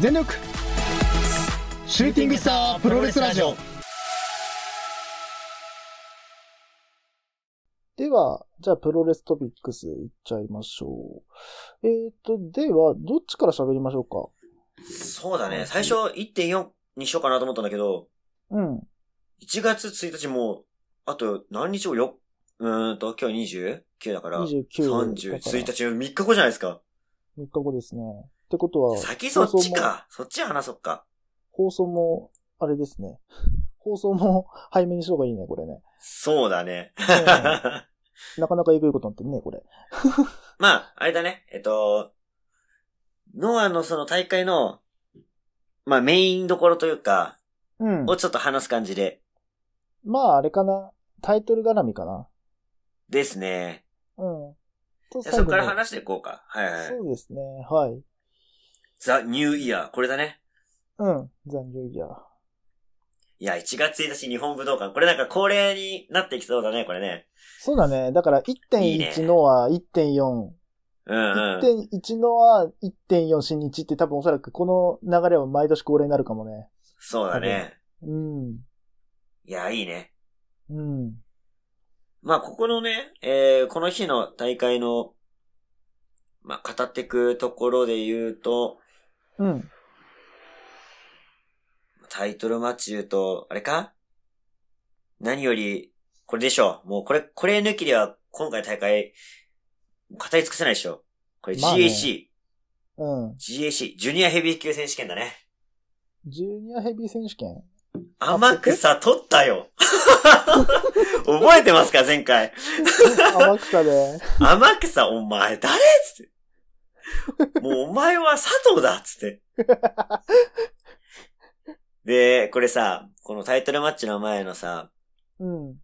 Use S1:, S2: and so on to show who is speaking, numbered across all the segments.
S1: 全力シューティングスタープロレスラジオ
S2: では、じゃあプロレストピックスいっちゃいましょう。えっ、ー、と、では、どっちから喋りましょ
S3: そうだね。最初1.4にしようかなと思ったんだけど、
S2: うか。うん。
S3: 1月1日もう、あと何日後よ、うーんと、今日29だから、
S2: 29日。
S3: 30、1日、3日後じゃないですか。
S2: 3日後ですね。ってことは、
S3: 先そっちか。そっち話そっか。
S2: 放送も、あれですね。 放送も早めにした方がいいね、これ ね。
S3: そうだね。
S2: なかなかえぐいことになってるね、これ。
S3: まあ、あれだね。えっと、ノアのその大会の、まあメインどころというか、
S2: うん。
S3: をちょっと話す感じで、
S2: まあ、あれかな。タイトル絡みかな。
S3: ですね。
S2: うん。と
S3: じゃあそこから
S2: 最後に
S3: 話していこうか。はいはい。
S2: そうですね、はい。
S3: ザ・ニューイヤー、これだね。
S2: うん。残業イヤー。
S3: いや、1月1日日本武道館。これなんか恒例になってきそうだね、これね。
S2: そうだね。だから
S3: いいね
S2: 1.1のは1.4。
S3: うんうん。
S2: 1.1のは1.4新日って多分おそらくこの流れは毎年恒例になるかもね。
S3: そうだね。
S2: うん。
S3: いや、いいね。
S2: うん。
S3: まあ、ここのね、えー、この日の大会の、まあ、語ってくところで言うと、
S2: うん。
S3: タイトルマッチ言うと、あれか何より、これでしょう。もうこれ、これ抜きでは今回大会、語り尽くせないでしょ。これ GAC、
S2: まあねうん。
S3: GAC、ジュニアヘビー級選手権だね。
S2: ジュニアヘビー選手 権。
S3: 天草取ったよ。 覚えてますか前回。
S2: 天草で。
S3: 天草お前誰つって。もうお前は佐藤だつって。で、これさ、このタイトルマッチの前のさ、
S2: うん。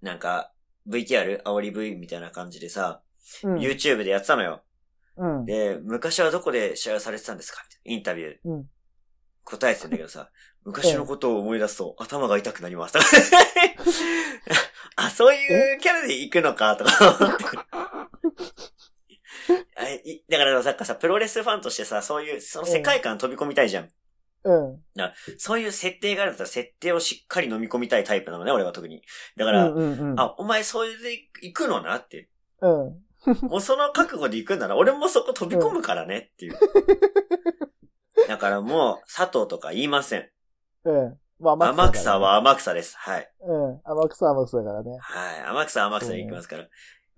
S3: なんか VTR、煽り V みたいな感じでさ、
S2: うん。
S3: YouTube でやってたのよ。
S2: うん。
S3: で、昔はどこで試合をされてたんですかみたいなインタビュー。
S2: うん
S3: 答えてたんだけどさ、昔のことを思い出すと頭が痛くなります。 あ、そういうキャラで行くのか、とか思って。 あいだからさ、なんかさ、プロレスファンとしてさ、そういう、その世界観飛び込みたいじゃん。
S2: うん。
S3: そういう設定があるんだったら、設定をしっかり飲み込みたいタイプなのね、俺は特に。だか
S2: う
S3: ら、
S2: ん。うん。うん。
S3: あ、お前それで行くのなって。
S2: うん。
S3: もうその覚悟で行くん だな。俺もそこ飛び込むからねっていう。だからもう、佐藤とか言いません。
S2: うん。まあ、
S3: 天
S2: だから
S3: 草は。天草です。はい。
S2: うん。天草は天草だからね。
S3: はい。天草は天草で行きますから。
S2: うん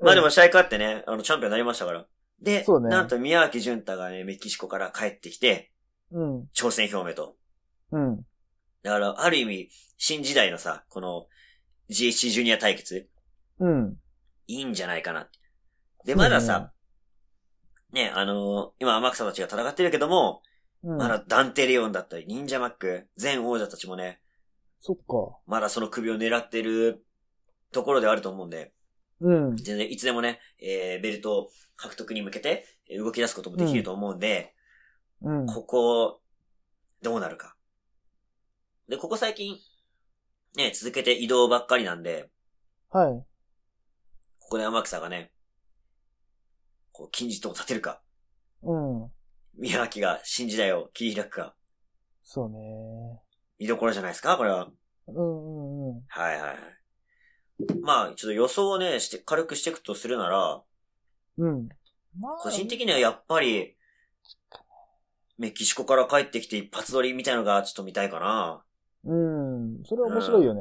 S3: まあでも試合勝ってね、あの、チャンピオンになりましたから。で、
S2: そうね
S3: なんと宮脇淳太がね、メキシコから帰ってきて、
S2: うん。
S3: 挑戦表明と。
S2: うん。
S3: だから、ある意味、新時代のさ、この、GHC ジュニア対決、
S2: うん。
S3: いいんじゃないかなって。で、まださ、ね、あのー今天草たちが戦ってるけども、
S2: うん。
S3: まだダンテレオンだったり、忍者マック、前王者たちもね、
S2: そっか。
S3: まだその首を狙ってるところではあると思うんで、
S2: うん。
S3: 全然いつでもね、えー、ベルト獲得に向けてえー動き出すこともできると思うんで、
S2: うん。
S3: ここ、どうなるか。で、ここ最近、ね、続けて移動ばっかりなんで、
S2: はい。
S3: ここで天草がね、こう、金字塔を立てるか、
S2: うん。
S3: 宮脇が新時代を切り開くか、
S2: そうね。見
S3: 見どころじゃないですか、これは。
S2: うんうんうん。
S3: はいはいはい。まあ、ちょっと予想をね、して、軽くしていくとするなら、
S2: うん。まあ
S3: 個人的にはやっぱり、メキシコから帰ってきて一発撮りみたいのがちょっと見たいかな。
S2: うん。それは面白いよね。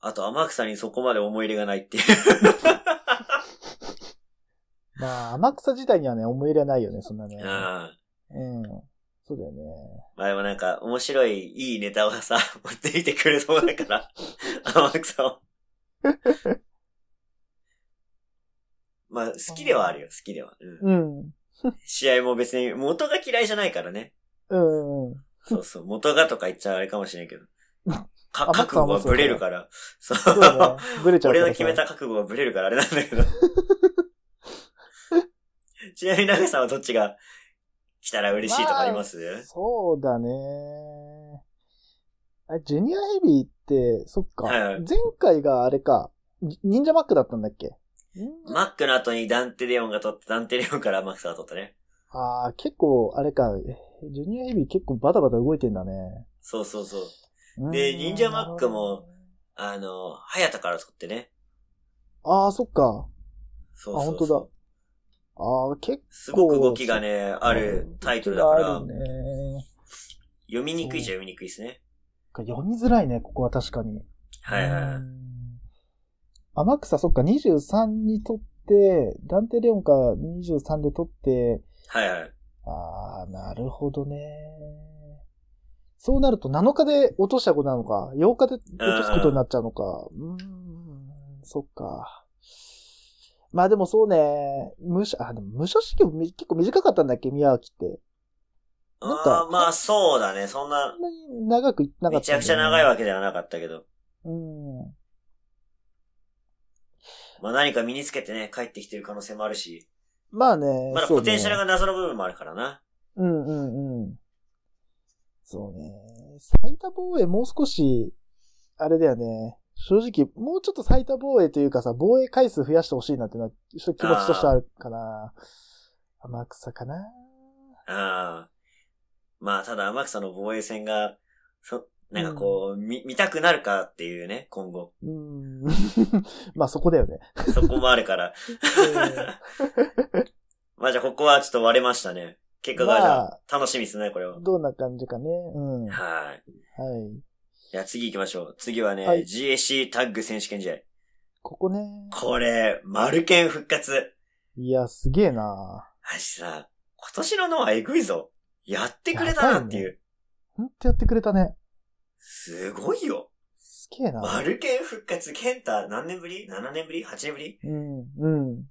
S3: あと、天草にそこまで思い入れがないっていう。
S2: まあ、天草自体にはね、思い入れはないよね、そんなね
S3: うん。。ま
S2: うん。そうだよね。
S3: あでもなんか、面白い、いいネタをさ、持ってきてくれそうだから、 天草を。まあ、好きではあるよ、好きでは。うん。
S2: うん。
S3: 試合も別に、元が嫌いじゃないからね。
S2: うんうん。
S3: そうそう、元がとか言っちゃあれかもしれんけ ど。か、
S2: あ
S3: 覚悟はブレるから。そう。
S2: そ うだね。ぶれちゃう
S3: 俺
S2: から
S3: の
S2: さ
S3: 決めた覚悟はブレるからあれなんだけ ど。ちなみに長さんはどっちが来たら嬉しいとかあります、
S2: まあそうだね。あジュニアヘビーって、そっか。
S3: はいはい
S2: 前回があれか、じ忍者マックだったんだっけ
S3: マックの後にダンテレオンが取って、ダンテレオンからマックスが取ったね。
S2: ああ、結構、あれか、ジュニアヘビー結構バタバタ動いてんだね。
S3: そうそうそう。
S2: うん
S3: で忍者マックも。あの、早田から取ってね。
S2: ああ、そっか。
S3: そ
S2: あ、
S3: うそうそう
S2: 本当だ。ああ、結
S3: すごく動きがね、あるタイトルだから、
S2: 構あるね。
S3: 読みにくいじゃ読みにくいですね。
S2: 読みづらいね、ここは確かに。
S3: はいはいは
S2: う
S3: い。
S2: ん天草、そっか、23にとって、ダンテレオンか23でとって、
S3: はいはい。
S2: あー、なるほどね。そうなると7日で落としたことなのか、8日で落とすことになっちゃうのか。うーん、そっか。まあでもそうね、無所、あ、でも無所式も結構短かったんだっけ、宮脇って。なんか
S3: あーまあそうだね。そんな
S2: そん、なに長くいってなか
S3: め
S2: った
S3: ち
S2: んだよね、
S3: ゃくちゃ長いわけではなかったけど。
S2: うん。
S3: まあ何か身につけてね、帰ってきてる可能性もあるし。
S2: まあね、
S3: まだ
S2: そうね
S3: ポテンシャルが謎の部分もあるからな。
S2: うんうんうん。そうね。最多防衛もう少し、あれだよね。正直、もうちょっと最多防衛というかさ、防衛回数増やしてほしいなっていうのは、ちょっと気持ちとしてあるかな。天草かな。
S3: ああ。まあただ天草の防衛戦が、そ、なんかこう、見、見たくなるかっていうね、今後。
S2: うーん。 まあそこだよね。
S3: そこもあるから。 まあじゃあここはちょっと割れましたね。結果がじゃ
S2: ま
S3: あ、楽しみですね、これは。
S2: どんな感じかね。うん。は
S3: はい。
S2: い。
S3: じゃあ次行きましょう。次はね、
S2: はい
S3: GAC タッグ選手権試合。
S2: ここね。
S3: これ、マルケン復活。
S2: いや、すげえな。
S3: マジさ、今年のノアエグいぞ。やってくれたなってい
S2: やば
S3: う。
S2: ほんとやってくれたね。
S3: すごいよ。
S2: すげえ
S3: マ
S2: な。
S3: ルケン復活、ケンタ何年ぶり ?7 年ぶり ?8 年ぶり
S2: うん、うん。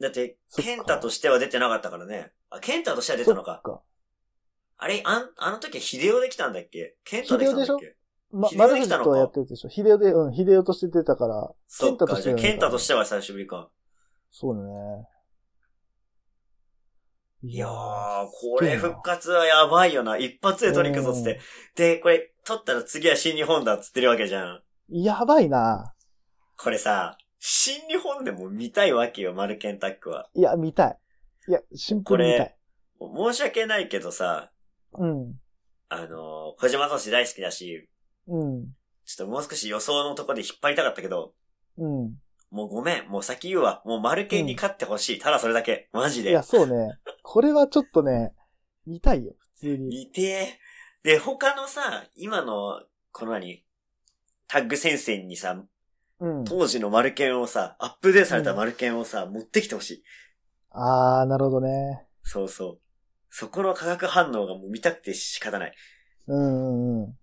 S3: だって、
S2: そっか
S3: ケンタとしては出てなかったからね。あ、ケンタとしては出
S2: そ
S3: た
S2: っ
S3: のか。
S2: か。
S3: あれ、あん、あの時はヒデオできたんだっけケンタできたんだっ
S2: ヒ
S3: け
S2: ま、
S3: 秀
S2: ま
S3: 夫
S2: だ
S3: できたのか
S2: とはやってるでしょ。秀夫で、うん、秀夫として出たから、
S3: そっか、
S2: ケ
S3: じ
S2: ンタとして
S3: ゃあ
S2: は
S3: ケンタとしては久しぶりか。
S2: そうだね。い
S3: いやー、これ復活はやばいよな。一発で取り崩すって。で、これ、取ったら次は新日本だっつってるわけじゃん。
S2: やばいな。
S3: これさ、新日本でも見たいわけよ、マルケンタックは。
S2: いや、見たい。いや、シンプルに見たい。
S3: 申し訳ないけどさ、
S2: うん。
S3: あのー小島投手大好きだし、
S2: うん。
S3: ちょっともう少し予想のとこで引っ張りたかったけど、
S2: うん。
S3: もうごめん、もう先言うわ。もうマルケンに勝ってほしい。ただそれだけ。マジ
S2: い
S3: で
S2: や、。そうね。これはちょっとね、見たいよ、普通に。
S3: 見てーで、他のさ、今の、この何タッグ戦線にさ、
S2: うん。
S3: 当時のマルケンをさ、アップデートされたマルケンをさ、持ってきてほしい。
S2: あー、なるほどね。
S3: そうそう。そこの化学反応がもう見たくて仕方ない。
S2: うん、うん、うん。
S3: も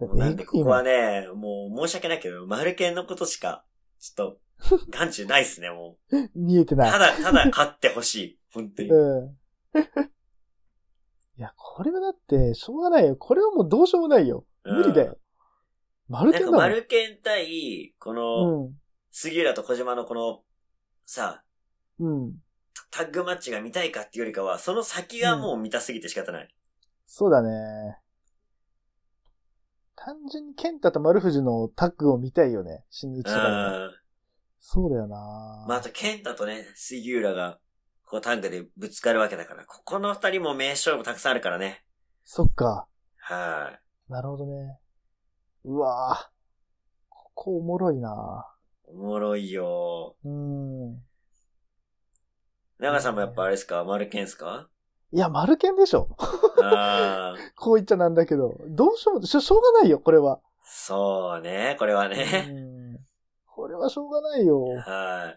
S3: うなんで
S2: えぐい
S3: こ
S2: も
S3: こはね、もう申し訳ないけど、マルケンのことしか、ちょっと、眼中ないっすね、もう。
S2: 見えてない
S3: た。だ、ただ勝ってほしい。本当に。
S2: うん。いや、これはだって、しょうがないよ。これはもうどうしようもないよ。無理だよ。マル
S3: な
S2: ケ
S3: んか、
S2: ンだ
S3: マ
S2: もん。
S3: ルケン対、この、杉浦と小島のこの、さ、
S2: うん。うん。
S3: タタッグマッチが見たいかっていうよりかは、その先がもう見たすぎて仕方ない。
S2: そうだね。単純にケンタと丸藤のタッグを見たいよね。新日
S3: う
S2: とかね。
S3: ん。
S2: そうだよな、
S3: まあ、あと、ケンタとね、杉浦が、こうタッグでぶつかるわけだから、ここの二人も名勝負たくさんあるからね。
S2: そっか。
S3: はい。
S2: なるほどね。うわぁ。ここおもろいな
S3: おもろいよ。
S2: うん。
S3: 長さんもやっぱあれですかマルケンっすか
S2: いや、マルケンでしょ。
S3: ああ。
S2: こう言っちゃなんだけど。どうしようも、しょしょうがないよ、これは。
S3: そうね、これは
S2: う
S3: ね。
S2: んこれはしょうがないよ。
S3: は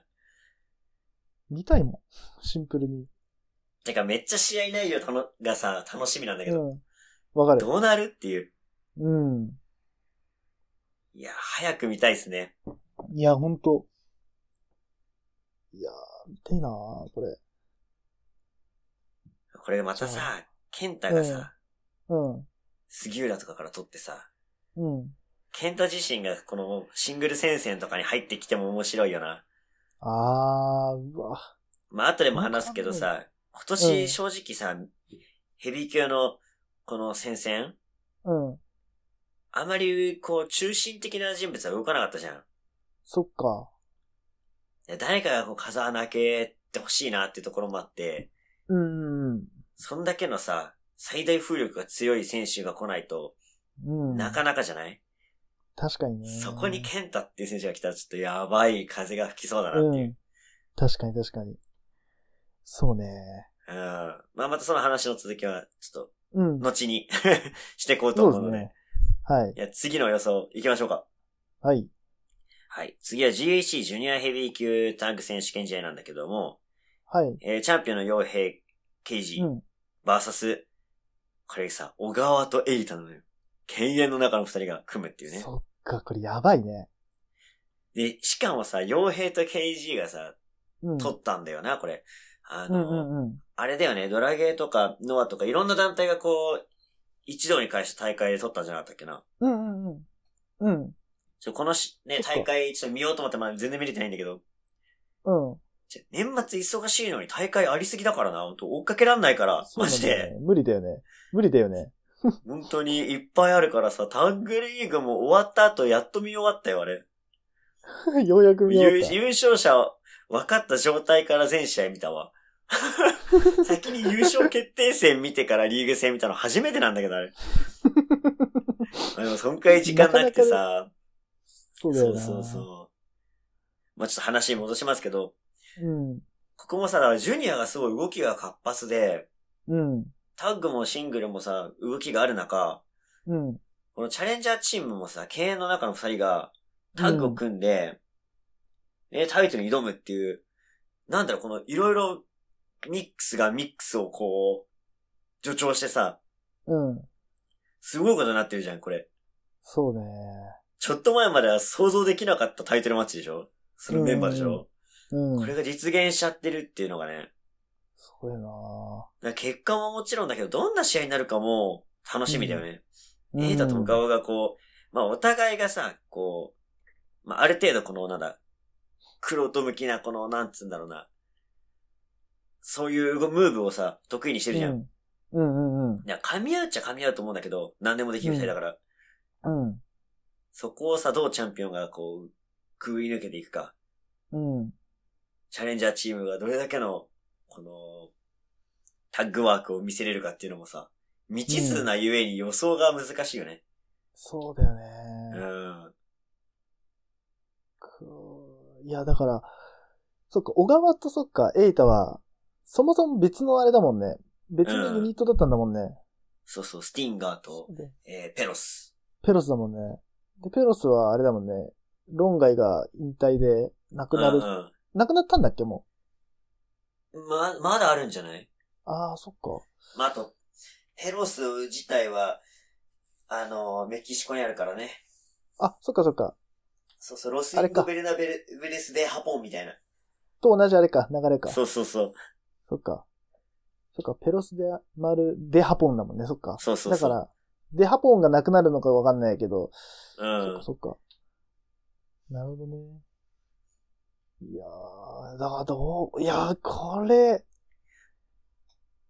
S2: 見たいもん。シンプルに。
S3: い。てかめっちゃ試合内容たのがさ、楽しみなんだけ
S2: う
S3: ど、
S2: ん。わかる。
S3: どうなるっていう。
S2: うん。
S3: いや、早く見たいですね。
S2: いや、ほんと。いやー、見ていなーこれ。
S3: これまたさ、ケンタが
S2: うん
S3: さ、杉浦とかから取ってさ、
S2: うん。うん。
S3: ケンタ自身がこのシングル戦線とかに入ってきても面白いよな。
S2: あー、うわ。
S3: まあ後でも話すけどさ、今
S2: うん
S3: 年正直さ、ヘビー級のこの戦線、
S2: うん。
S3: あまりこう中心的な人物は動かなかったじゃん。
S2: そっか。
S3: で誰かがこう風穴開けてほしいなっていうところもあって、
S2: うんうんうん。
S3: そんだけのさ、最大風力が強い選手が来ないと、
S2: うん。
S3: なかなかじゃない、
S2: 確かにね。
S3: そこにケンタっていう選手が来たらちょっとやばい風が吹きそうだなっていう。
S2: うん。確かに確かに。そうね。
S3: うん。まあまたその話の続きは、ちょっ
S2: うん
S3: と、。後に していこうと
S2: そう
S3: 思
S2: で
S3: うので。
S2: すね。はい。
S3: いや、次の予想行きましょうか。
S2: はい。
S3: はい。次は GAC ジュニアヘビー級タッグ選手権試合なんだけども、
S2: はい。
S3: えーチャンピオンの傭兵刑事
S2: うん。
S3: バーサス、これさ、小川とエイタのよ。犬猿の中の二人が組むっていうね。
S2: そっか、これやばいね。
S3: で、しかもさ、傭兵と KG がさ、
S2: うん。
S3: 取ったんだよな、これ。あ
S2: う
S3: の、
S2: んうんうん。
S3: あれだよね、ドラゲーとかノアとかいろんな団体がこう、一堂に会して大会で取ったんじゃなかったっけな。
S2: うんうんうん。うん。
S3: ちょ、このし、ね、
S2: そっか
S3: 大会ちょっと見ようと思ってまだ全然見れてないんだけど、
S2: うん。
S3: ちょ年末忙しいのに大会ありすぎだからな、本当追っかけらんないから、
S2: そう
S3: マ
S2: なん
S3: ジ
S2: だよね
S3: で。
S2: 無理だよね。無理だよね。
S3: 本当にいっぱいあるからさ、タッグリーグも終わった後やっと見終わったよ、あれ。
S2: ようやく見よう
S3: 優優勝者分かった状態から全試合見たわ。 先に優勝決定戦見てからリーグ戦見たの初めてなんだけど、あ れ。でも、そんくらい時間なくてさ。
S2: そうだ
S3: そ
S2: よ
S3: う
S2: な。
S3: そうそう。まあちょっと話に戻しますけど、
S2: う。うん。
S3: ここもさ、だからジュニアがすごい動きが活発で、
S2: うん。
S3: タッグもシングルもさ、動きがある中、
S2: うん。
S3: このチャレンジャーチームもさ、経営の中の二人がタッグを組んで、ねタイトルに挑むっていう、なんだろう、このいろいろミックスがミックスをこう、助長してさ、
S2: うん。
S3: すごいことになってるじゃん、これ。
S2: そうね。
S3: ちょっと前までは想像できなかったタイトルマッチでしょそのメンバーでしょ、
S2: うん。
S3: これが実現しちゃってるっていうのがね、
S2: すごいな
S3: だから結果ももちろんだけど、どんな試合になるかも楽しみだよね。
S2: うん
S3: エイタとガオがこう、まあお互いがさ、こう、まあある程度このなんだ、黒と向きなこの、なんつうんだろうな、そういう動ムーブをさ、得意にしてるじゃん。
S2: うん。うんうんうん。
S3: いや、噛み合うっちゃ噛み合うと思うんだけど、何でもできる二人だから、
S2: うん。
S3: そこをさ、どうチャンピオンがこう、食い抜けていくか、
S2: うん。
S3: チャレンジャーチームがどれだけの、この、タッグワークを見せれるかっていうのもさ、未知数なゆえに予想が難しいよね。
S2: そうだよ
S3: う
S2: ね。
S3: ん。
S2: こういや、だから、そっか、小川とそっか、エイタは、そもそも別のあれだもんね。別のユニットだったんだもんね。
S3: そうそう、スティンガーと、
S2: で
S3: えーペロス。
S2: ペロスだもんね。で、ペロスはあれだもんね。論外が引退で亡くなる。
S3: うん
S2: 亡くなったんだっけ、も。
S3: うん、ま、まだあるんじゃないう
S2: ああ、そっか。
S3: まあ、あと、ペロス自体は、あの、メキシコにあるからね。
S2: あ、そっかそっか。
S3: そうそう、ロス
S2: あ
S3: イ
S2: れ
S3: ン
S2: か
S3: ゴベルナベルベレスでハポンみたいな。
S2: と同じあれか、流れか。そ
S3: そうそうそう。
S2: っか。そっか、ペロスで、マル、デハポンだもんね、そっか。
S3: そうそう
S2: だ
S3: そ
S2: か
S3: う。
S2: ら、デハポンがなくなるのかわかんないけど、そっ
S3: うん
S2: か。そっか。なるほどね。いやー、だからどう、いやー、これ、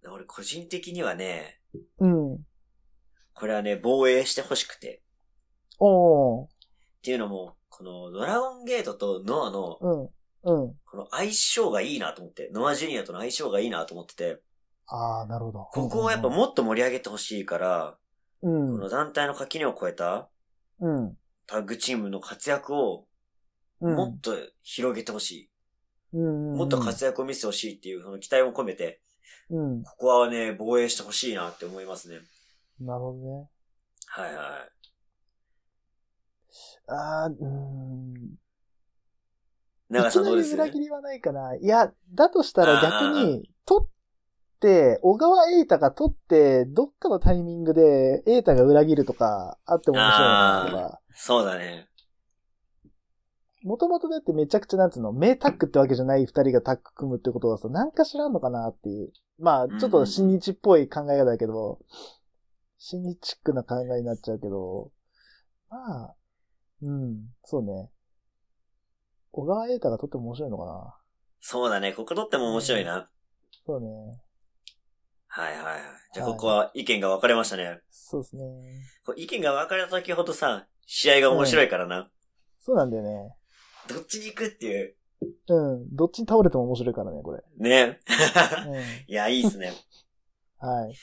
S3: 俺個人的にはね、
S2: うん。
S3: これはね、防衛してほしくて。
S2: おー、
S3: っていうのも、このドラゴンゲートとノアの、
S2: うん、うん。
S3: この相性がいいなと思って、ノアジュニアとの相性がいいなと思ってて、
S2: あー、なるほど。
S3: ここをやっぱもっと盛り上げてほしいから、
S2: うん、
S3: この団体の垣根を越えた
S2: うん、
S3: タッグチームの活躍を
S2: うん。
S3: もっと広げてほしい。
S2: うん、
S3: もっと活躍を見せてほしいっていう、その期待を込めて、
S2: うん。
S3: ここはね、防衛してほしいなって思いますね。
S2: なるほどね。
S3: はいは
S2: あー、うーん。
S3: い。長さんどうで
S2: いき
S3: す
S2: なり裏切りはないかな。いや、だとしたら逆
S3: あ
S2: に、取って、小川瑛太が取って、どっかのタイミングで瑛太が裏切るとか、あっても面白いなとか。
S3: そうだね。
S2: もともとだってめちゃくちゃなんつうの、名タッグってわけじゃない二人がタッグ組むってことはさ、なんか知らんのかなっていう。まあ、ちょっと新日っぽい考え方だけど、新日チックな考えになっちゃうけど、まあ、うん、そうね。小川瑛太が取っても面白いのかな。
S3: そうだね。ここ取っても面白いな。
S2: そうね。
S3: はいはいはい。じゃあここは意見が分かれましたね。
S2: そうですね。
S3: こう意見が分かれた時ほどさ、試合が面白いからな。
S2: そうなんだよね。
S3: どっちに行くっていう。
S2: うん。どっちに倒れても面白いからね、これ。
S3: ね。
S2: うん。
S3: いや、いいっすね。
S2: はい。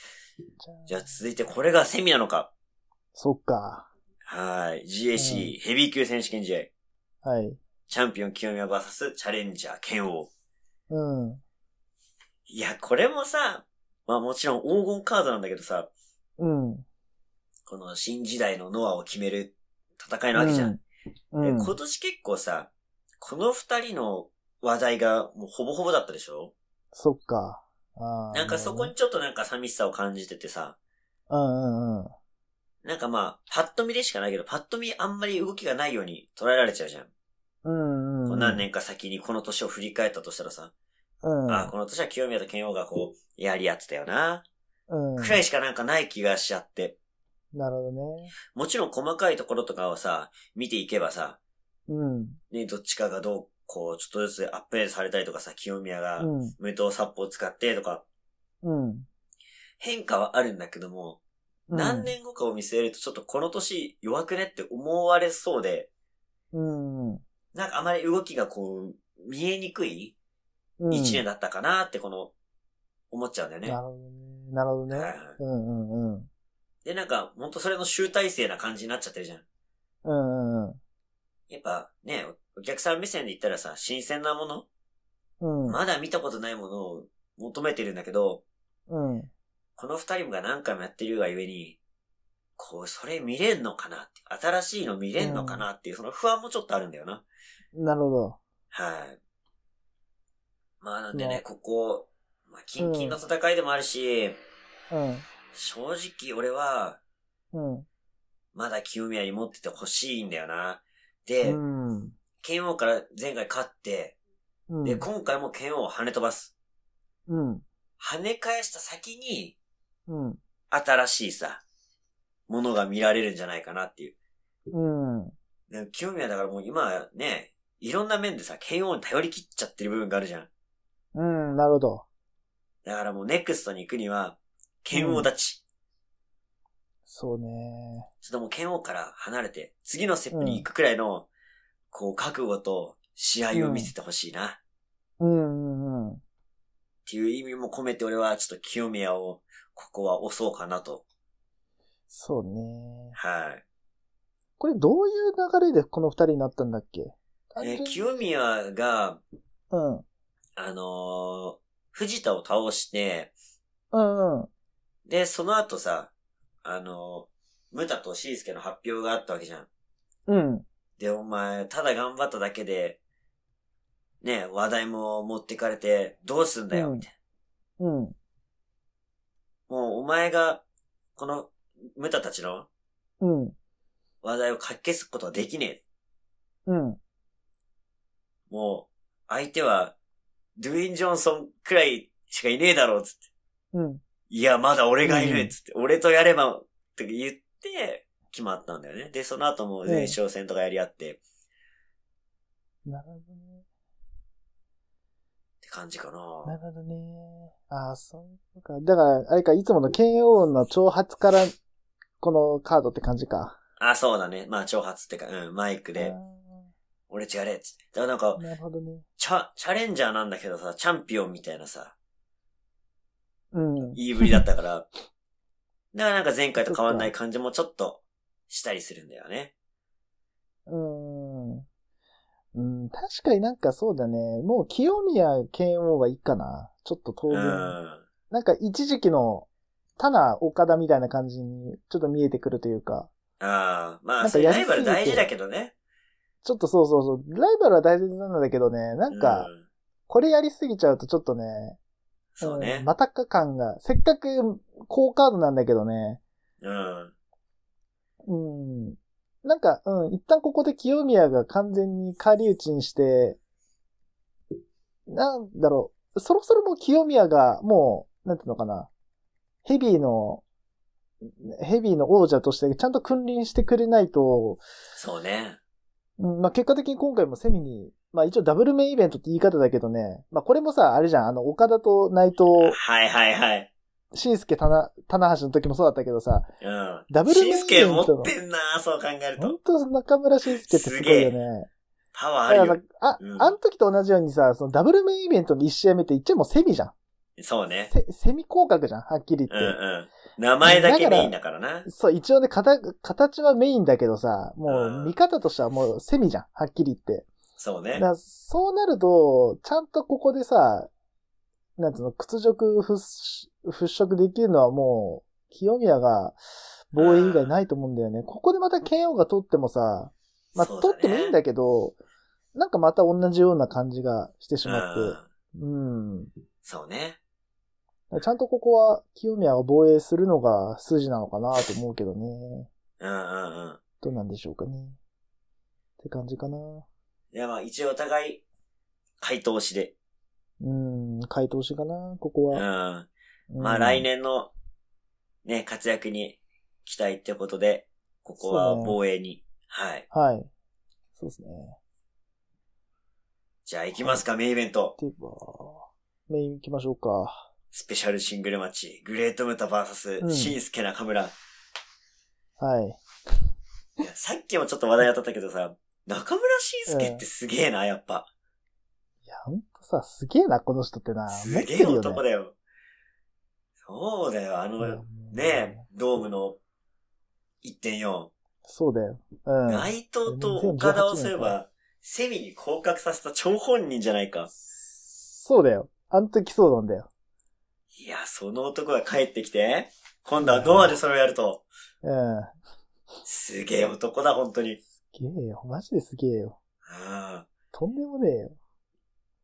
S3: じゃあ続いてこれがセミなのか。
S2: そっか。
S3: はい。GAC ヘビー級選手権試合。
S2: はい。
S3: チャンピオン清宮 VS チャレンジャー剣王。
S2: うん。
S3: いや、これもさ、まあもちろん黄金カードなんだけどさ、
S2: うん。
S3: この新時代のノアを決める戦いなわけじゃん。
S2: うん。
S3: で
S2: うん。
S3: 今年結構さ、この二人の話題がもうほぼほぼだったでしょ
S2: そっか。あー
S3: なんかそこ。にちょっとなんか寂しさを感じててさ、
S2: うんうんうん。
S3: なんかまあ、パッと見でしかないけど、パッと見あんまり動きがないように捉えられちゃうじゃん。
S2: うんうんうん。
S3: こう何年か先にこの年を振り返ったとしたらさ、
S2: うん。
S3: ああ、この年は清宮と剣王がこう、やり合ってたよな、
S2: うん。
S3: くらいしかなんかない気がしちゃって。
S2: なるほどね。
S3: もちろん細かいところとかをさ、見ていけばさ、
S2: うん。
S3: ね、どっちかがどう、こう、ちょっとずつアップデートされたりとかさ、清宮が
S2: うん。
S3: 無糖殺法を使ってとか、
S2: うん。
S3: 変化はあるんだけども、何年後かを見据えるとちょっとこの年弱くねって思われそうで、
S2: うん。うん。
S3: なんかあまり動きがこう、見えにくい
S2: うん
S3: 一年だったかなってこの、思っちゃうんだよね。
S2: なるほどね。なるほどね
S3: はいはい。
S2: うんうんうん。
S3: で、なんか、ほんとそれの集大成な感じになっちゃってるじゃん。
S2: うんうん
S3: やっぱね、おお客さん目線で言ったらさ、新鮮なもの、
S2: うん。
S3: まだ見たことないものを求めてるんだけど、
S2: うん。
S3: この二人が何回もやってるがゆえに、こう、それ見れんのかなって、新しいの見れんのかなっていう、その不安もちょっとあるんだよな。
S2: うん。なるほど。
S3: はい。まあなんで
S2: まあ
S3: ね、ここ、まあ、近々の戦いでもあるし、正直俺は、
S2: うん。
S3: まだ清宮に持っててほしいんだよな。
S2: う
S3: で、
S2: ん。
S3: 剣王から前回勝って、
S2: うん。
S3: で、今回も剣王を跳ね飛ばす。
S2: うん。
S3: 跳ね返した先に、
S2: うん。
S3: 新しいさ、ものが見られるんじゃないかなっていう。
S2: うん。
S3: で清宮だからもう今ね、いろんな面でさ、剣王に頼り切っちゃってる部分があるじゃん。
S2: うん。なるほど。
S3: だからもうネクストに行くには、剣王立ち。
S2: そうね。
S3: ちょっともう剣王から離れて、次のステップに行くくらいの、こう、覚悟と試合を見せてほしいな。っ
S2: うんうんうん。
S3: ていう意味も込めて俺はちょっと清宮を、ここは押そうかなと。
S2: そうね。
S3: はい。
S2: これどういう流れでこの二人になったんだっけ
S3: えー清宮が、
S2: うん。
S3: あのー藤田を倒して、
S2: うんうん。
S3: で、その後さ、あの、ムタとシースケの発表があったわけじゃん。
S2: うん。
S3: で、お前、ただ頑張っただけで、ね、話題も持ってかれて、どうすんだよ、
S2: うん
S3: みたい
S2: うん。
S3: な。もう、お前が、この、ムタたちの
S2: うん。
S3: 話題をかき消すことはできねえ。
S2: うん。
S3: もう、相手は、ドゥイン・ジョンソンくらいしかいねえだろう、つって。
S2: うん。
S3: いや、まだ俺がいうる、
S2: ん
S3: つって。俺とやれば、って言って、決まったんだよね。で、その後も前哨戦とかやり合って、っ
S2: なるほどね。
S3: て感じかな。
S2: なるほどね。ああ、そういうことか。だから、あれか、いつもの KO の挑発から、このカードって感じか。
S3: あ、そうだね。まあ、挑発ってか、うん、マイクで、
S2: あ
S3: 俺違うれっつって。だからなんか
S2: ー、なるほどね。
S3: チャ、チャレンジャーなんだけどさ、チャンピオンみたいなさ、
S2: うん。
S3: 言いぶりだったから、だ からなんか前回と変わんない感じもちょっとしたりするんだよね。
S2: うん。うん、確かになんかそうだね。もう清宮剣王はいいかな。ちょっと当
S3: う
S2: 分。
S3: ん。
S2: なんか一時期の、ただ岡田みたいな感じに、ちょっと見えてくるというか。
S3: ああ、ま
S2: な
S3: あ、
S2: んか
S3: そういう
S2: やり
S3: ライ
S2: すぎ
S3: バ
S2: て
S3: ル大事だけどね。
S2: ちょっとそうそうそう。ライバルは大切なんだけどね、なんか、
S3: うん、
S2: これやりすぎちゃうとちょっとね、
S3: そうね
S2: ん。またか感が、せっかく好カードなんだけどね、
S3: うん。
S2: うん。なんか、うん、一旦ここで清宮が完全に仮打ちにして、なんだろう、そろそろもう清宮が、もう、なんていうのかな、ヘビーの、ヘビーの王者としてちゃんと君臨してくれないと、
S3: そうね。
S2: うん、まあ、結果的に今回もセミに、まあ、一応ダブルメインイベントって言い方だけどね、まあ、これもさ、あれじゃん、あの、岡田と内藤、
S3: はいはいはい。
S2: 新助、棚、棚橋の時もそうだったけどさ、
S3: うん。
S2: ダブルメイン
S3: シンスケ
S2: イベン
S3: 持
S2: トの
S3: ってんなそう考える
S2: 本
S3: と。
S2: 当中村新助ってすごい
S3: すげ
S2: よね。
S3: パワー
S2: だ
S3: あ
S2: か
S3: る
S2: ら
S3: よ
S2: さ。あ、
S3: うん
S2: あの時と同じようにさ、そのダブルメインイベントの1試合目って言っちゃもうセミじゃん。
S3: そうね。
S2: せ、セミ広角じゃん、はっきり言
S3: う
S2: っ
S3: ん
S2: て。
S3: うん。名前だけメインだからな。
S2: そう、一応ね、形、形はメインだけどさ、も
S3: うん
S2: う見方としてはもうセミじゃん、はっきり言って。
S3: そう
S2: だ
S3: ね
S2: か。らそうなると、ちゃんとここでさ、なんつうの、屈辱払し払拭できるのはもう、清宮が防衛以外ないと思うんだよね。ここでまた KO が取ってもさ、まあ、
S3: そうだ
S2: 取
S3: ね
S2: ってもいいんだけど、なんかまた同じような感じがしてしま
S3: う
S2: っ
S3: ん
S2: て。うん。
S3: そうね。
S2: ちゃんとここは清宮を防衛するのが筋なのかなと思うけどね。
S3: うんうんうん。
S2: どうなんでしょうかね。って感じかな。
S3: いやまあ一応お互い、回答しで。
S2: うん、回答しかな、こ
S3: う
S2: こ
S3: ん。
S2: は。
S3: ま
S2: うん
S3: あ来。年の、ね、活躍に期待ってことで、ここは
S2: そうね
S3: 防衛に。はい。
S2: はい。そうですね。
S3: じゃあ行きますか、メインイベント。
S2: では、メイン行きましょうか。
S3: スペシャルシングルマッチ、グレートムタバーサス
S2: う、ん
S3: シンスケ中村。
S2: はい。
S3: いやさっきもちょっと話題当たったけどさ、中村シンスケってすげえな、やっぱ。
S2: いや、ほんとさ、すげえな、この人ってな。
S3: すげえ
S2: 持
S3: 男だよ。そうだよ、あの、ね
S2: うん
S3: え、ドームの1.4。
S2: そうだよ。うん。
S3: 内藤と岡田をすれば、セミに降格させた張本人じゃないか。
S2: そうだよ。あの時そうなんだよ。
S3: いや、その男が帰ってきて、今度はドアでそれをやると、
S2: うん。
S3: すげえ男だ、本当に。
S2: すげえよ。マジですげえよ。
S3: うん。
S2: とんでもねえよ。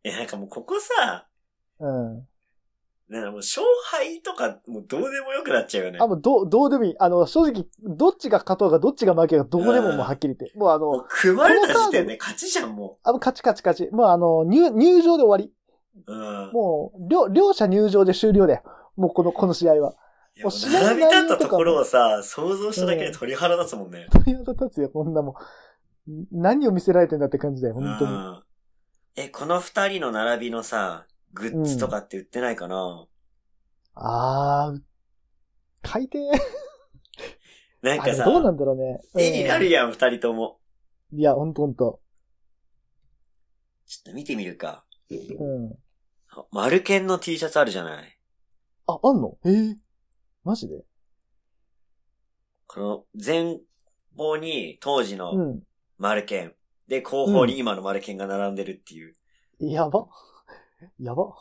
S3: え、なんかもうここさ、
S2: うん。
S3: なんかもう勝敗とか、もうどうでもよくなっちゃうよね
S2: あ、。もうどう、どうでもいい。あの、正直、どっちが勝とうがどっちが負けようがどこでももうはっきり言って。もうあ
S3: も
S2: の
S3: う、組まれた時点で勝ちじゃん、も
S2: あ、もう勝ち勝ち勝ち。もうあの、入、入場で終わり。
S3: う。うん。
S2: もう、両、両者入場で終了だよ。もうこの、この試合は。
S3: いやもう
S2: もう
S3: 並び立ったところをさ、想像しただけで鳥肌立つもんね。
S2: 鳥肌立つよ、こんなもん。何を見せられてんだって感じだよ、本当に。
S3: うんえ、この二人の並びのさ、グッズとかって売ってないかな、
S2: あー、回転
S3: なん
S2: あれ
S3: かさ、
S2: どうなんだろうね。うん
S3: 絵になるやん、二人とも。
S2: いや、ほんとほんと。
S3: ちょっと見てみるか。
S2: うん。
S3: マルケンの T シャツあるじゃない
S2: あ、あんのえー、マジで
S3: この前方に当時
S2: う
S3: の
S2: ん。
S3: マルケン。で、後方に今のマルケンが並んでるっていう。
S2: やば。やば。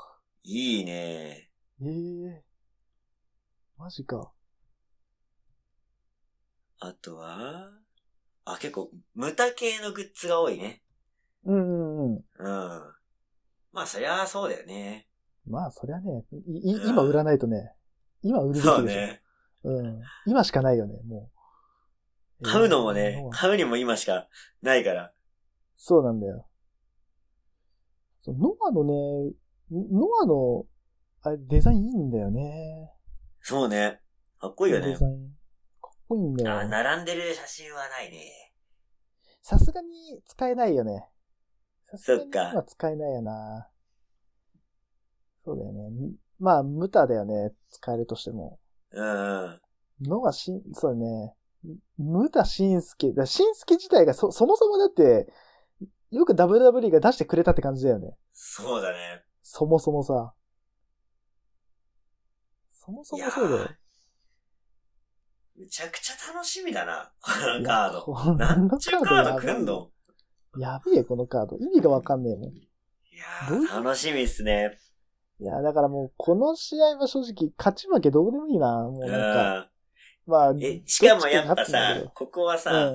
S3: いいね
S2: ええマジか。
S3: あとは、あ、結構、ムタ系のグッズが多いね。
S2: うんうんう
S3: う
S2: ん。
S3: ん。まあ、そりゃそうだよね。
S2: まあ、そりゃね、い、い今売らないとね、今売るべきでし
S3: そ
S2: ょ。
S3: うね。
S2: うん。今しかないよね、もう。
S3: 買うのもね
S2: え、ー
S3: 買うにも今しかないから。
S2: そうなんだよ。そうノアのね、ノアの、あれ、デザインいいんだよね。
S3: そうね。かっこいいよ
S2: デ
S3: ね。
S2: ザイン。かっこいいんだ
S3: あ、
S2: よ。
S3: 並んでる写真はないね。
S2: さすがに使えないよね。さすが
S3: そっ
S2: に
S3: か
S2: 今使えないよな。そうだよね。まあ、無駄だよね。使えるとしても。
S3: うんうん。
S2: のはしん、そうね。ムタシンスケ。だシンスケ自体がそ、そもそもだって、よく WWE が出してくれたって感じだよね。
S3: そうだね。
S2: そもそもさ。そもそもそうだよ。
S3: むちゃくちゃ楽しみだな。この
S2: い
S3: カ
S2: や
S3: ード。
S2: こ の
S3: なんちゅうカード
S2: やばい
S3: 組んの
S2: やべえ、このカード。意味がわかんねえもん。
S3: いや
S2: どういう
S3: ー、楽しみっすね。
S2: いや、だからもう、この試合は正直、勝ち負けどうでもいいな。も
S3: う
S2: うなんか、
S3: ん。
S2: まあ、
S3: え、しかもやっ
S2: ど
S3: ぱ
S2: ちが勝つん
S3: さ
S2: だ、
S3: ここは
S2: け
S3: さ、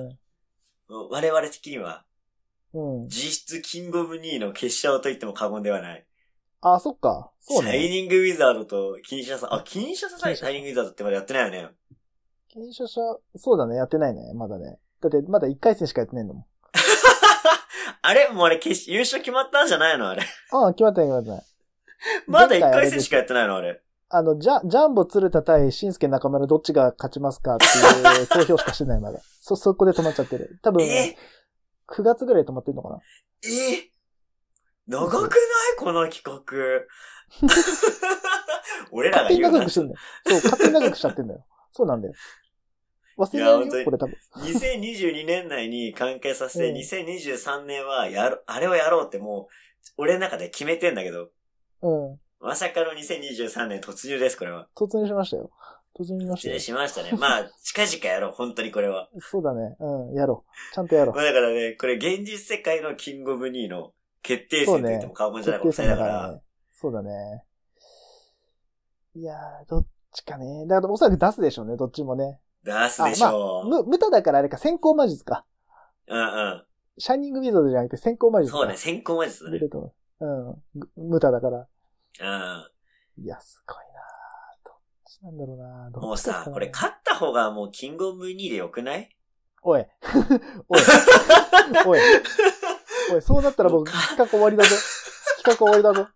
S3: もう我々的には、
S2: どうん。うん。
S3: 実質キングオブ2の決勝と言っても過言ではない。
S2: あ、そっか。そう
S3: シャイ
S2: ね。
S3: ニングウィザードと、キンシャサ、あ、キンシャサ対シャイニングウィザードってまだやってないよね。
S2: 検証者、そうだね。やってないね。まだね。だって、まだ1回戦しかやってないんだもん。
S3: あれもうあれ決し、優勝決まったんじゃないの あれ。
S2: ああ、決まったね、決まったね。
S3: まだ1回戦しかやってないのあれ。
S2: あの、ジャ、ジャンボ鶴田対新助中村どっちが勝ちますかっていう投票しかしてない、ま だ。そ、そこで止まっちゃってる。多分、
S3: え
S2: 9月ぐらいで止まってんのかな。
S3: え長くないこの企画。 俺らが
S2: 勝手に
S3: 言う
S2: 長
S3: な
S2: く。してんだよ。そう、勝手に長くしちゃってんだよ。そうなんだよ。忘れない
S3: いや本当
S2: よ、
S3: に
S2: これ多分。
S3: 2022年内に完結させ
S2: う
S3: て、
S2: ん
S3: 2023年はやる、あれをやろうってもう、俺の中で決めてんだけど、
S2: うん。
S3: まさかの2023年突入です、これは。
S2: 突入しましたよ。突入しまし
S3: 失
S2: たよ
S3: 礼。しましたね。まあ、近々やろう、本当にこれは。
S2: そうだね。うん、やろう。ちゃんとやろ
S3: まあだからね、これ現実世界のキングオブ2の決定戦と言っても過
S2: う。
S3: 言じゃない国際だから、
S2: ね。そうだね。いやー、どっちかね。だからおそらく出すでしょうね、どっちもね。
S3: 出すでしょ
S2: む、無駄だからあれか、先行魔術か。
S3: う。うんうん。
S2: シャイニングウィザードじゃなくて先行魔術か。
S3: そうね、先行魔術だ
S2: 出
S3: ね。
S2: ると思う。うん。無駄だから。
S3: うん。
S2: いや、すごいなーどっちなんだろうなどっち
S3: もう
S2: だっ
S3: さ
S2: た、な
S3: これ勝った方がもうキングオブ2でよくない
S2: おい。 おい。おい。おい、そうなったら僕、
S3: もうか
S2: 企画終わりだぞ。企画終わりだぞ。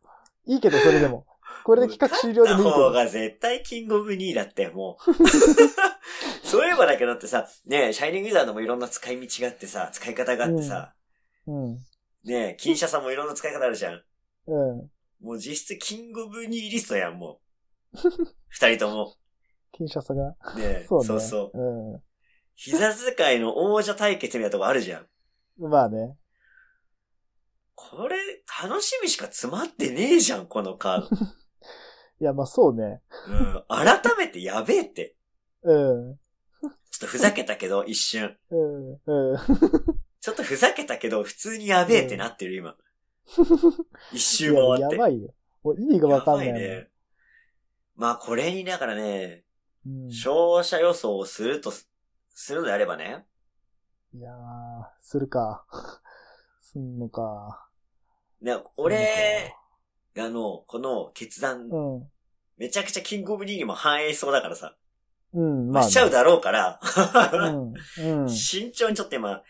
S2: いいけど、それでも。これで企画終了でもいい
S3: 勝っ
S2: け
S3: た方
S2: ど。
S3: が絶対キングオブ2だって、も う。そういえばだけどだってさ、ねえ、シャイニングウィザードもいろんな使い道があってさ、使い方があってさ、
S2: うん。
S3: ねえ、金車さんもいろんな使い方あるじゃん。
S2: うん。
S3: もう実質キングオブ2リストやん、も う。二人とも。
S2: 金シャサが。
S3: ねえ、
S2: そうね。
S3: そうそう。
S2: う。
S3: 膝使いの王者対決みたいなとこあるじゃん。
S2: ん。まあね。
S3: これ、楽しみしか詰まってねえじゃん、このカード。
S2: いや、まあそうね。
S3: うん。改めてやべえって。
S2: うん。
S3: ちょっとふざけたけど、一瞬。
S2: うん。うん。
S3: ちょっとふざけたけど、普通にやべえってなってる、 今。一周回
S2: い
S3: っ
S2: や
S3: て。
S2: やばいよ。もう意味がわかんない
S3: や
S2: もん。
S3: ばね。まあ、これに、だからね、
S2: うん。い
S3: 勝者予想をすると、するのであればね。
S2: やー、するか。すんのか。
S3: ね、俺がの、この決断
S2: う、ん。
S3: めちゃくちゃキングオブリーにも反映しそうだからさ。
S2: うん、
S3: ま
S2: まあ、
S3: あ、
S2: ね。
S3: しちゃうだろうから、
S2: うん。うん。
S3: 慎重にちょっと今、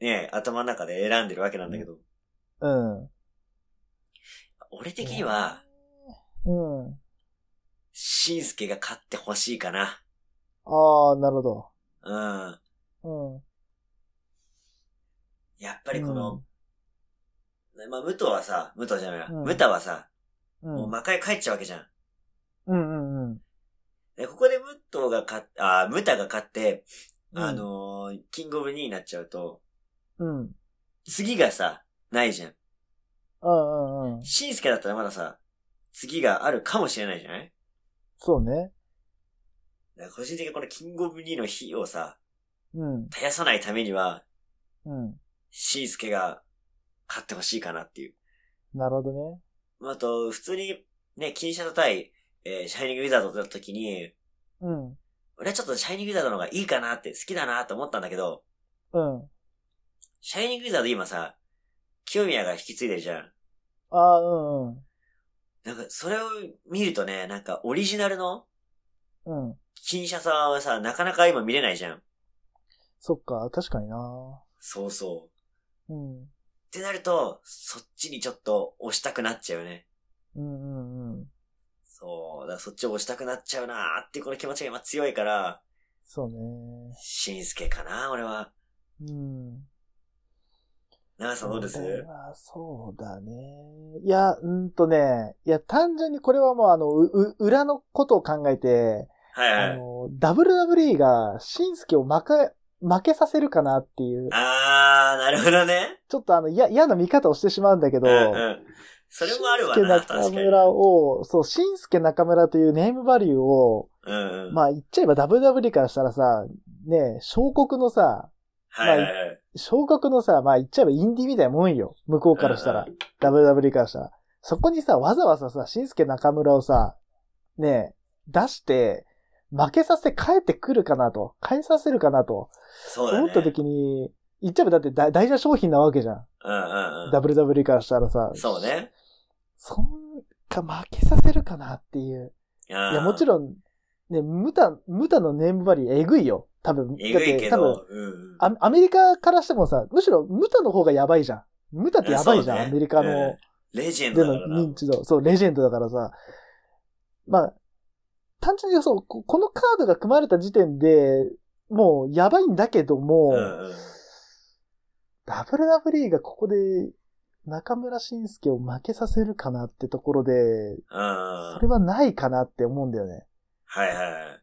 S3: ね、頭の中で選んでるわけなんだけど、
S2: うん。
S3: 俺的には、
S2: うん。
S3: しんすけが勝ってほしいかな。
S2: ああ、なるほど。
S3: うん。
S2: うん。
S3: やっぱりこの、まあ、武藤はさ、武藤じゃないわ、
S2: うん
S3: 武藤はさ、
S2: うん、
S3: もう魔界帰っちゃうわけじゃん。
S2: うんうんうん。
S3: で、ここで武藤が勝っ、あー、武藤が勝って、
S2: うん
S3: あのーキングオブ2になっちゃうと、
S2: うん。うん
S3: 次がさ、ないじゃん。
S2: うんうん。
S3: しんすけだったらまださ、次があるかもしれないじゃない
S2: そうね。
S3: だから個人的にこのキングオブ2の日をさ、
S2: うん。
S3: 絶やさないためには、
S2: うん。
S3: しんすけが勝ってほしいかなっていう。
S2: なるほどね。
S3: まああと、普通に、ね、金シャド対、えーシャイニングウィザードだった時に、
S2: うん。
S3: 俺はちょっとシャイニングウィザードの方がいいかなって、好きだなと思ったんだけど、
S2: うん。
S3: シャイニングウィザード今さ、清宮が引き継いでるじゃん。
S2: ああ、うんうん。
S3: なんか、それを見るとね、なんか、オリジナルの
S2: うん。
S3: 金シャさんはさ、なかなか今見れないじゃん。
S2: そっか、確かにな。
S3: そうそう。
S2: うん。うん
S3: ってなると、そっちにちょっと押したくなっちゃうよね。
S2: うんうん。
S3: そう。だからそっちを押したくなっちゃうなーっていうこの気持ちが今強いから、
S2: そうね。
S3: しんすけかな、俺は。
S2: うん。
S3: 長さんどうです
S2: これはそうだね。いや、うんとね。いや、単純にこれはもうあの、う、う、裏のことを考えて、
S3: はい
S2: あ
S3: はい。
S2: の、WWE が、シンスケを負け、負けさせるかなっていう、
S3: あー、なるほどね。
S2: ちょっとあの、いや、嫌な見方をしてしまうんだけど、
S3: うんうん。それもあるわ
S2: シンスケ
S3: な、
S2: 中
S3: 確かに。
S2: 村を、そう、シンスケ中村というネームバリューを、
S3: うんうん。
S2: まあ言っちゃえば WWE からしたらさ、ねえ、小国のさ、
S3: はいはいはい。
S2: 小国のさ、まあ言っちゃえばインディーみたいなもんよ。向こうからしたら
S3: う。
S2: WWE からしたら。そこにさ、わざわざさ、シンスケ中村をさ、ねえ、出して、負けさせて帰ってくるかなと。帰させるかなと。
S3: そうだね。
S2: 思った時に、言っちゃえばだって大大事な商品なわけじゃん。
S3: うんうんうん。
S2: WWE からしたらさ。
S3: そう。ね。
S2: そんか、負けさせるかなっていう。
S3: いや
S2: いや、もち
S3: ろん。
S2: ろん、ね、ムタ、ムタのネームバリューえぐいよ。多分。
S3: えぐいけ
S2: 多分
S3: ど。うんうん。
S2: ア、アメリカからしてもさ、むしろムタの方がやばいじゃん。ムタってやばいじゃん、
S3: そうね
S2: アメリカ
S3: う
S2: の
S3: ん、レジェン
S2: で
S3: ドだ
S2: の
S3: からな。
S2: 認知度。そう、レジェンドだからさ。まあ、単純にそう、ここのカードが組まれた時点で、もうやばいんだけども、
S3: うんうん。
S2: WWE がここで中村晋介を負けさせるかなってところで、
S3: うんう
S2: そ
S3: ん
S2: れはないかなって思うんだよね。
S3: はいはい。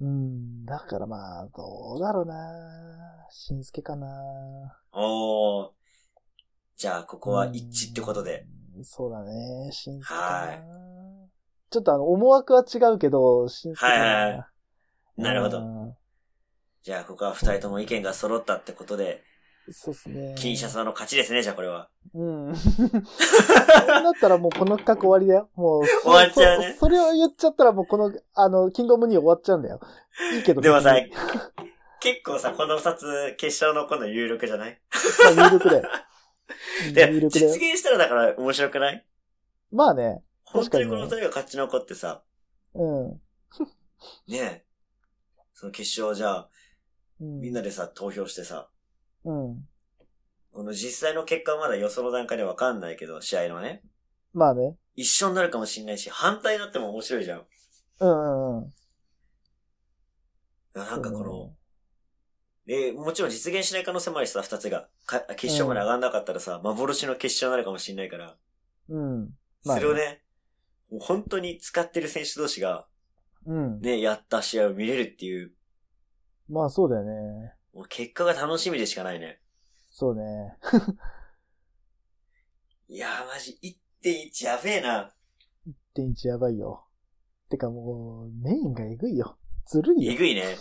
S2: うん、だからまあ、どうだろうな晋介かな
S3: おー。じゃあ、ここは一致ってことで。。
S2: そうだね。新かな、
S3: はい
S2: ちょっとあの、思惑は違うけど、新かな、
S3: はいはなるほど。
S2: ど。
S3: じゃあ、ここは二人とも意見が揃ったってことで、
S2: そうですね。
S3: 金社さんの勝ちですね、じゃあこれは。
S2: うん。そうなったらもうこの企画終わりだよ。もう。
S3: 終わっちゃうね
S2: そそれを言っちゃったらもうこの、あの、キングオブニー終わっちゃうんだよ。いいけど。
S3: でもさ
S2: 別に、
S3: 結構さ、この二つ、決勝の今度有力じゃない
S2: まあ有力だよ。
S3: で、
S2: 有
S3: 実
S2: 力だよ。
S3: 現したらだから面白くない
S2: まあね。
S3: 本当
S2: 確
S3: に
S2: かにね
S3: この二人が勝ち残ってさ、
S2: うん。
S3: ねえ、その決勝じゃあ、
S2: うん
S3: みんなでさ、投票してさ、
S2: うん。
S3: この実際の結果はまだ予想の段階でわかんないけど、試合のね。
S2: まあね。
S3: 一緒になるかもしんないし、反対になっても面白いじゃん。
S2: うんうんうん。
S3: なんかこの、えもちろん実現しない可能性もあるしさ、二つが。か決勝まで上がんなかったらさ、幻の決勝になるかもしんないから、
S2: うん。
S3: そ
S2: まあね
S3: れをね、もう本当に使ってる選手同士が、
S2: うん。
S3: ね、やった試合を見れるっていう、
S2: まあそうだよね。
S3: もう結果が楽しみでしかないね。
S2: そうね。
S3: いやー、マジ、1.1やべえな。
S2: 天一やばいよ。てかもう、メインがえぐいよ。ずるいよ
S3: え。ぐいね。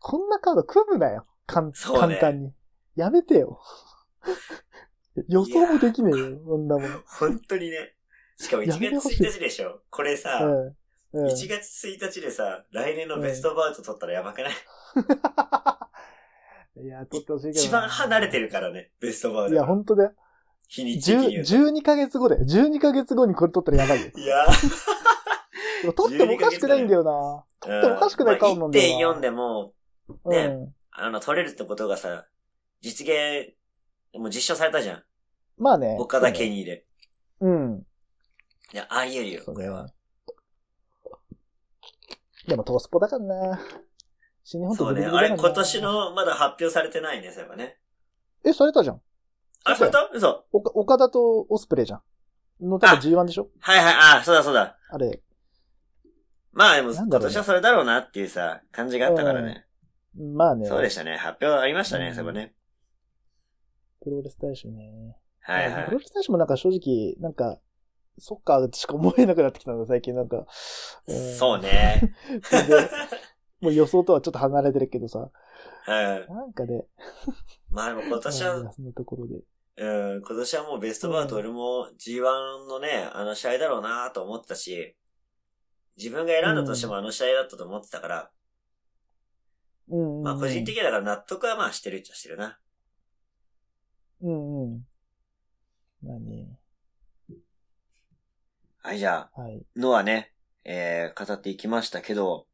S2: こんなカード組むなよ。かん、
S3: そうね
S2: 簡単に。やめてよ。 予想もできねえよ、こんな もの。
S3: 本当にね。しかも1
S2: やめてほ
S3: 月
S2: しい
S3: 1日でしょ。これさ、
S2: うん。うん。
S3: 1月1日でさ、来年のベストバウト取ったらやばくない、
S2: いや、取ってほしいけどな。
S3: 一番離れてるからね、ベストバウ
S2: い
S3: ト
S2: や、
S3: が。
S2: ほんとだよ。
S3: 日にち的に言
S2: 10
S3: うと。
S2: 12ヶ月後で。12ヶ月後にこれ取ったらやばい よ。
S3: いや
S2: でも取ってもおかしくないんだよな。取ってもおかしくないカードなんだよ
S3: 1.4
S2: な。
S3: でも、
S2: 1.4
S3: ね
S2: うん。
S3: あの、取れるってことがさ、実現、もう実証されたじゃん。
S2: まあね。
S3: 岡田ケニーで。
S2: うん。
S3: いや、あり得るよ、
S2: そ
S3: こ
S2: れ
S3: れ
S2: は
S3: は。。
S2: でもトースポだからな。新日本と
S3: そう
S2: ビリ
S3: ね。
S2: ビリ
S3: あ
S2: だ
S3: れ、
S2: からな
S3: 今年。の、まだ発表されてないね、そういえばね。
S2: え、されたじゃん。
S3: あ、
S2: そ
S3: そううだ嘘。
S2: おか岡田とオスプレイじゃん。の、だから G1 でしょ
S3: はいはい、あ、そうだそうだ。
S2: あれ。
S3: まあでも、
S2: なん
S3: 今
S2: だろうね
S3: 年はそれだろうなっていうさ、感じがあったからね。
S2: まあね。
S3: そうでしたね。発表ありました
S2: う
S3: ね、
S2: ん
S3: そこね。
S2: プロレス大使ね。
S3: はいは
S2: プ
S3: い
S2: ロ。レス大使もなんか正直、なんか、そっか、しか思えなくなってきたんだ、最近なんか。
S3: そうね。
S2: うん。全然もう予想とはちょっと離れてるけどさ。
S3: はい。
S2: なんかね。
S3: まあでも今年
S2: うん
S3: は、
S2: そのところで。
S3: うん、今年はもうベストバウト、俺も G1 のね、あの試合だろうなと思ってたし、自分が選んだとしてもあの試合だったと思ってたから、
S2: うん、うん。
S3: まあ個人的にはだから納得はまあしてるっちゃしてるな。
S2: うんうん。まあね。
S3: はい、じゃあ、
S2: はい。
S3: のはね、えー、語っていきましたけど、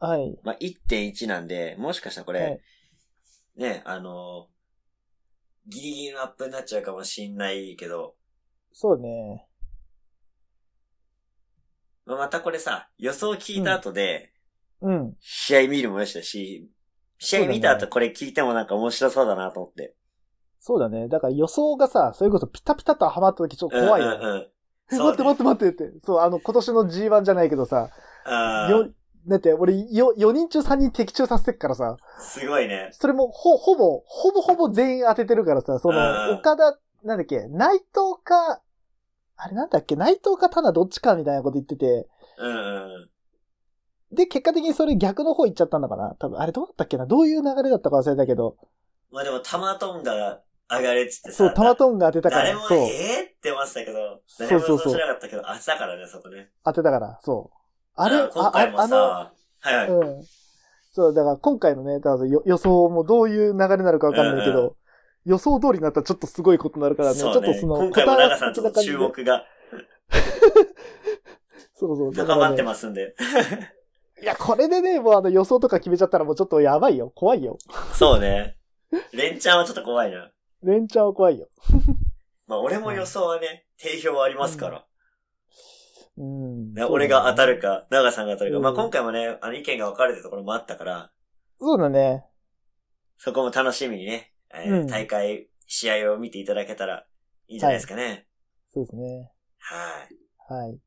S2: はい。
S3: まあ1.1なんで、もしかしたらこれ、
S2: はい
S3: ね、あのーギリギリのアップになっちゃうかもしんないけど、
S2: そうね。
S3: まあまたこれさ、予想聞いた後で、
S2: うん。
S3: 試合見るもよしだし、試合見た後これ聞いてもなんか面白そうだなと思って。
S2: そうだね。だから予想がさ、それこそピタピタとハマった時ちょっと怖いよね。
S3: うんうんうん。
S2: え
S3: そう
S2: 待って
S3: ね
S2: 待って待ってって。そう、あの、今年の G1 じゃないけどさ、
S3: あ
S2: よ、だって俺よ、4人中3人的中させてっからさ、
S3: あ、すごいね。
S2: それもほ、ほぼ、ほぼほぼ全員当ててるからさ、そ
S3: うんう
S2: の、
S3: ん
S2: 岡田、なんだっけ、内藤か、あれなんだっけ、内藤かタナどっちかみたいなこと言ってて、
S3: うんうん。
S2: で、結果的にそれ逆の方行っちゃったのかな多分、あれどうだったっけなどういう流れだったか忘れたけど、
S3: まあでも、タマトンが上がれっつってさ。
S2: そう、タマトンが当てたか
S3: 誰
S2: ら
S3: も、、
S2: そう、
S3: えー、って思ってたけど、
S2: そう
S3: 誰も
S2: そ
S3: そう
S2: うそう
S3: しなかったけど、あだからね、そこね。
S2: 当てたから、そう。あれ、
S3: だ
S2: あ
S3: から今回
S2: あ、
S3: も
S2: あの、
S3: さ、はいはい。
S2: うん。そう、だから今回のね、だからよ予想もどういう流れになるかわかんないけ
S3: うん
S2: ど、予想通りになったらちょっとすごいことになるからね、ちょ
S3: そ
S2: っ
S3: うね
S2: と。その、
S3: 今回も長さん
S2: 答
S3: ちょ
S2: え的な
S3: っと
S2: 感じで
S3: 注目が
S2: そうそう。だか
S3: 高
S2: ら
S3: ま
S2: ね
S3: ってますんで。
S2: いや、これでね、もうあの予想とか決めちゃったらもうちょっとやばいよ。怖いよ。
S3: そうね。レンチャンはちょっと怖いな。
S2: 連チャンは怖いよ。
S3: まあ俺も予想はね、定評はありますから。
S2: うん。
S3: ね俺が当たる
S2: か。
S3: か、長さんが当たるか。
S2: うん
S3: まあ今回もね、あの意見が分かれてるところもあったから、
S2: そうだね。
S3: そこも楽しみにね、えー
S2: うん
S3: 大会、試合を見ていただけたらいいんじゃないですかね。
S2: そうですね。
S3: はい。
S2: はい。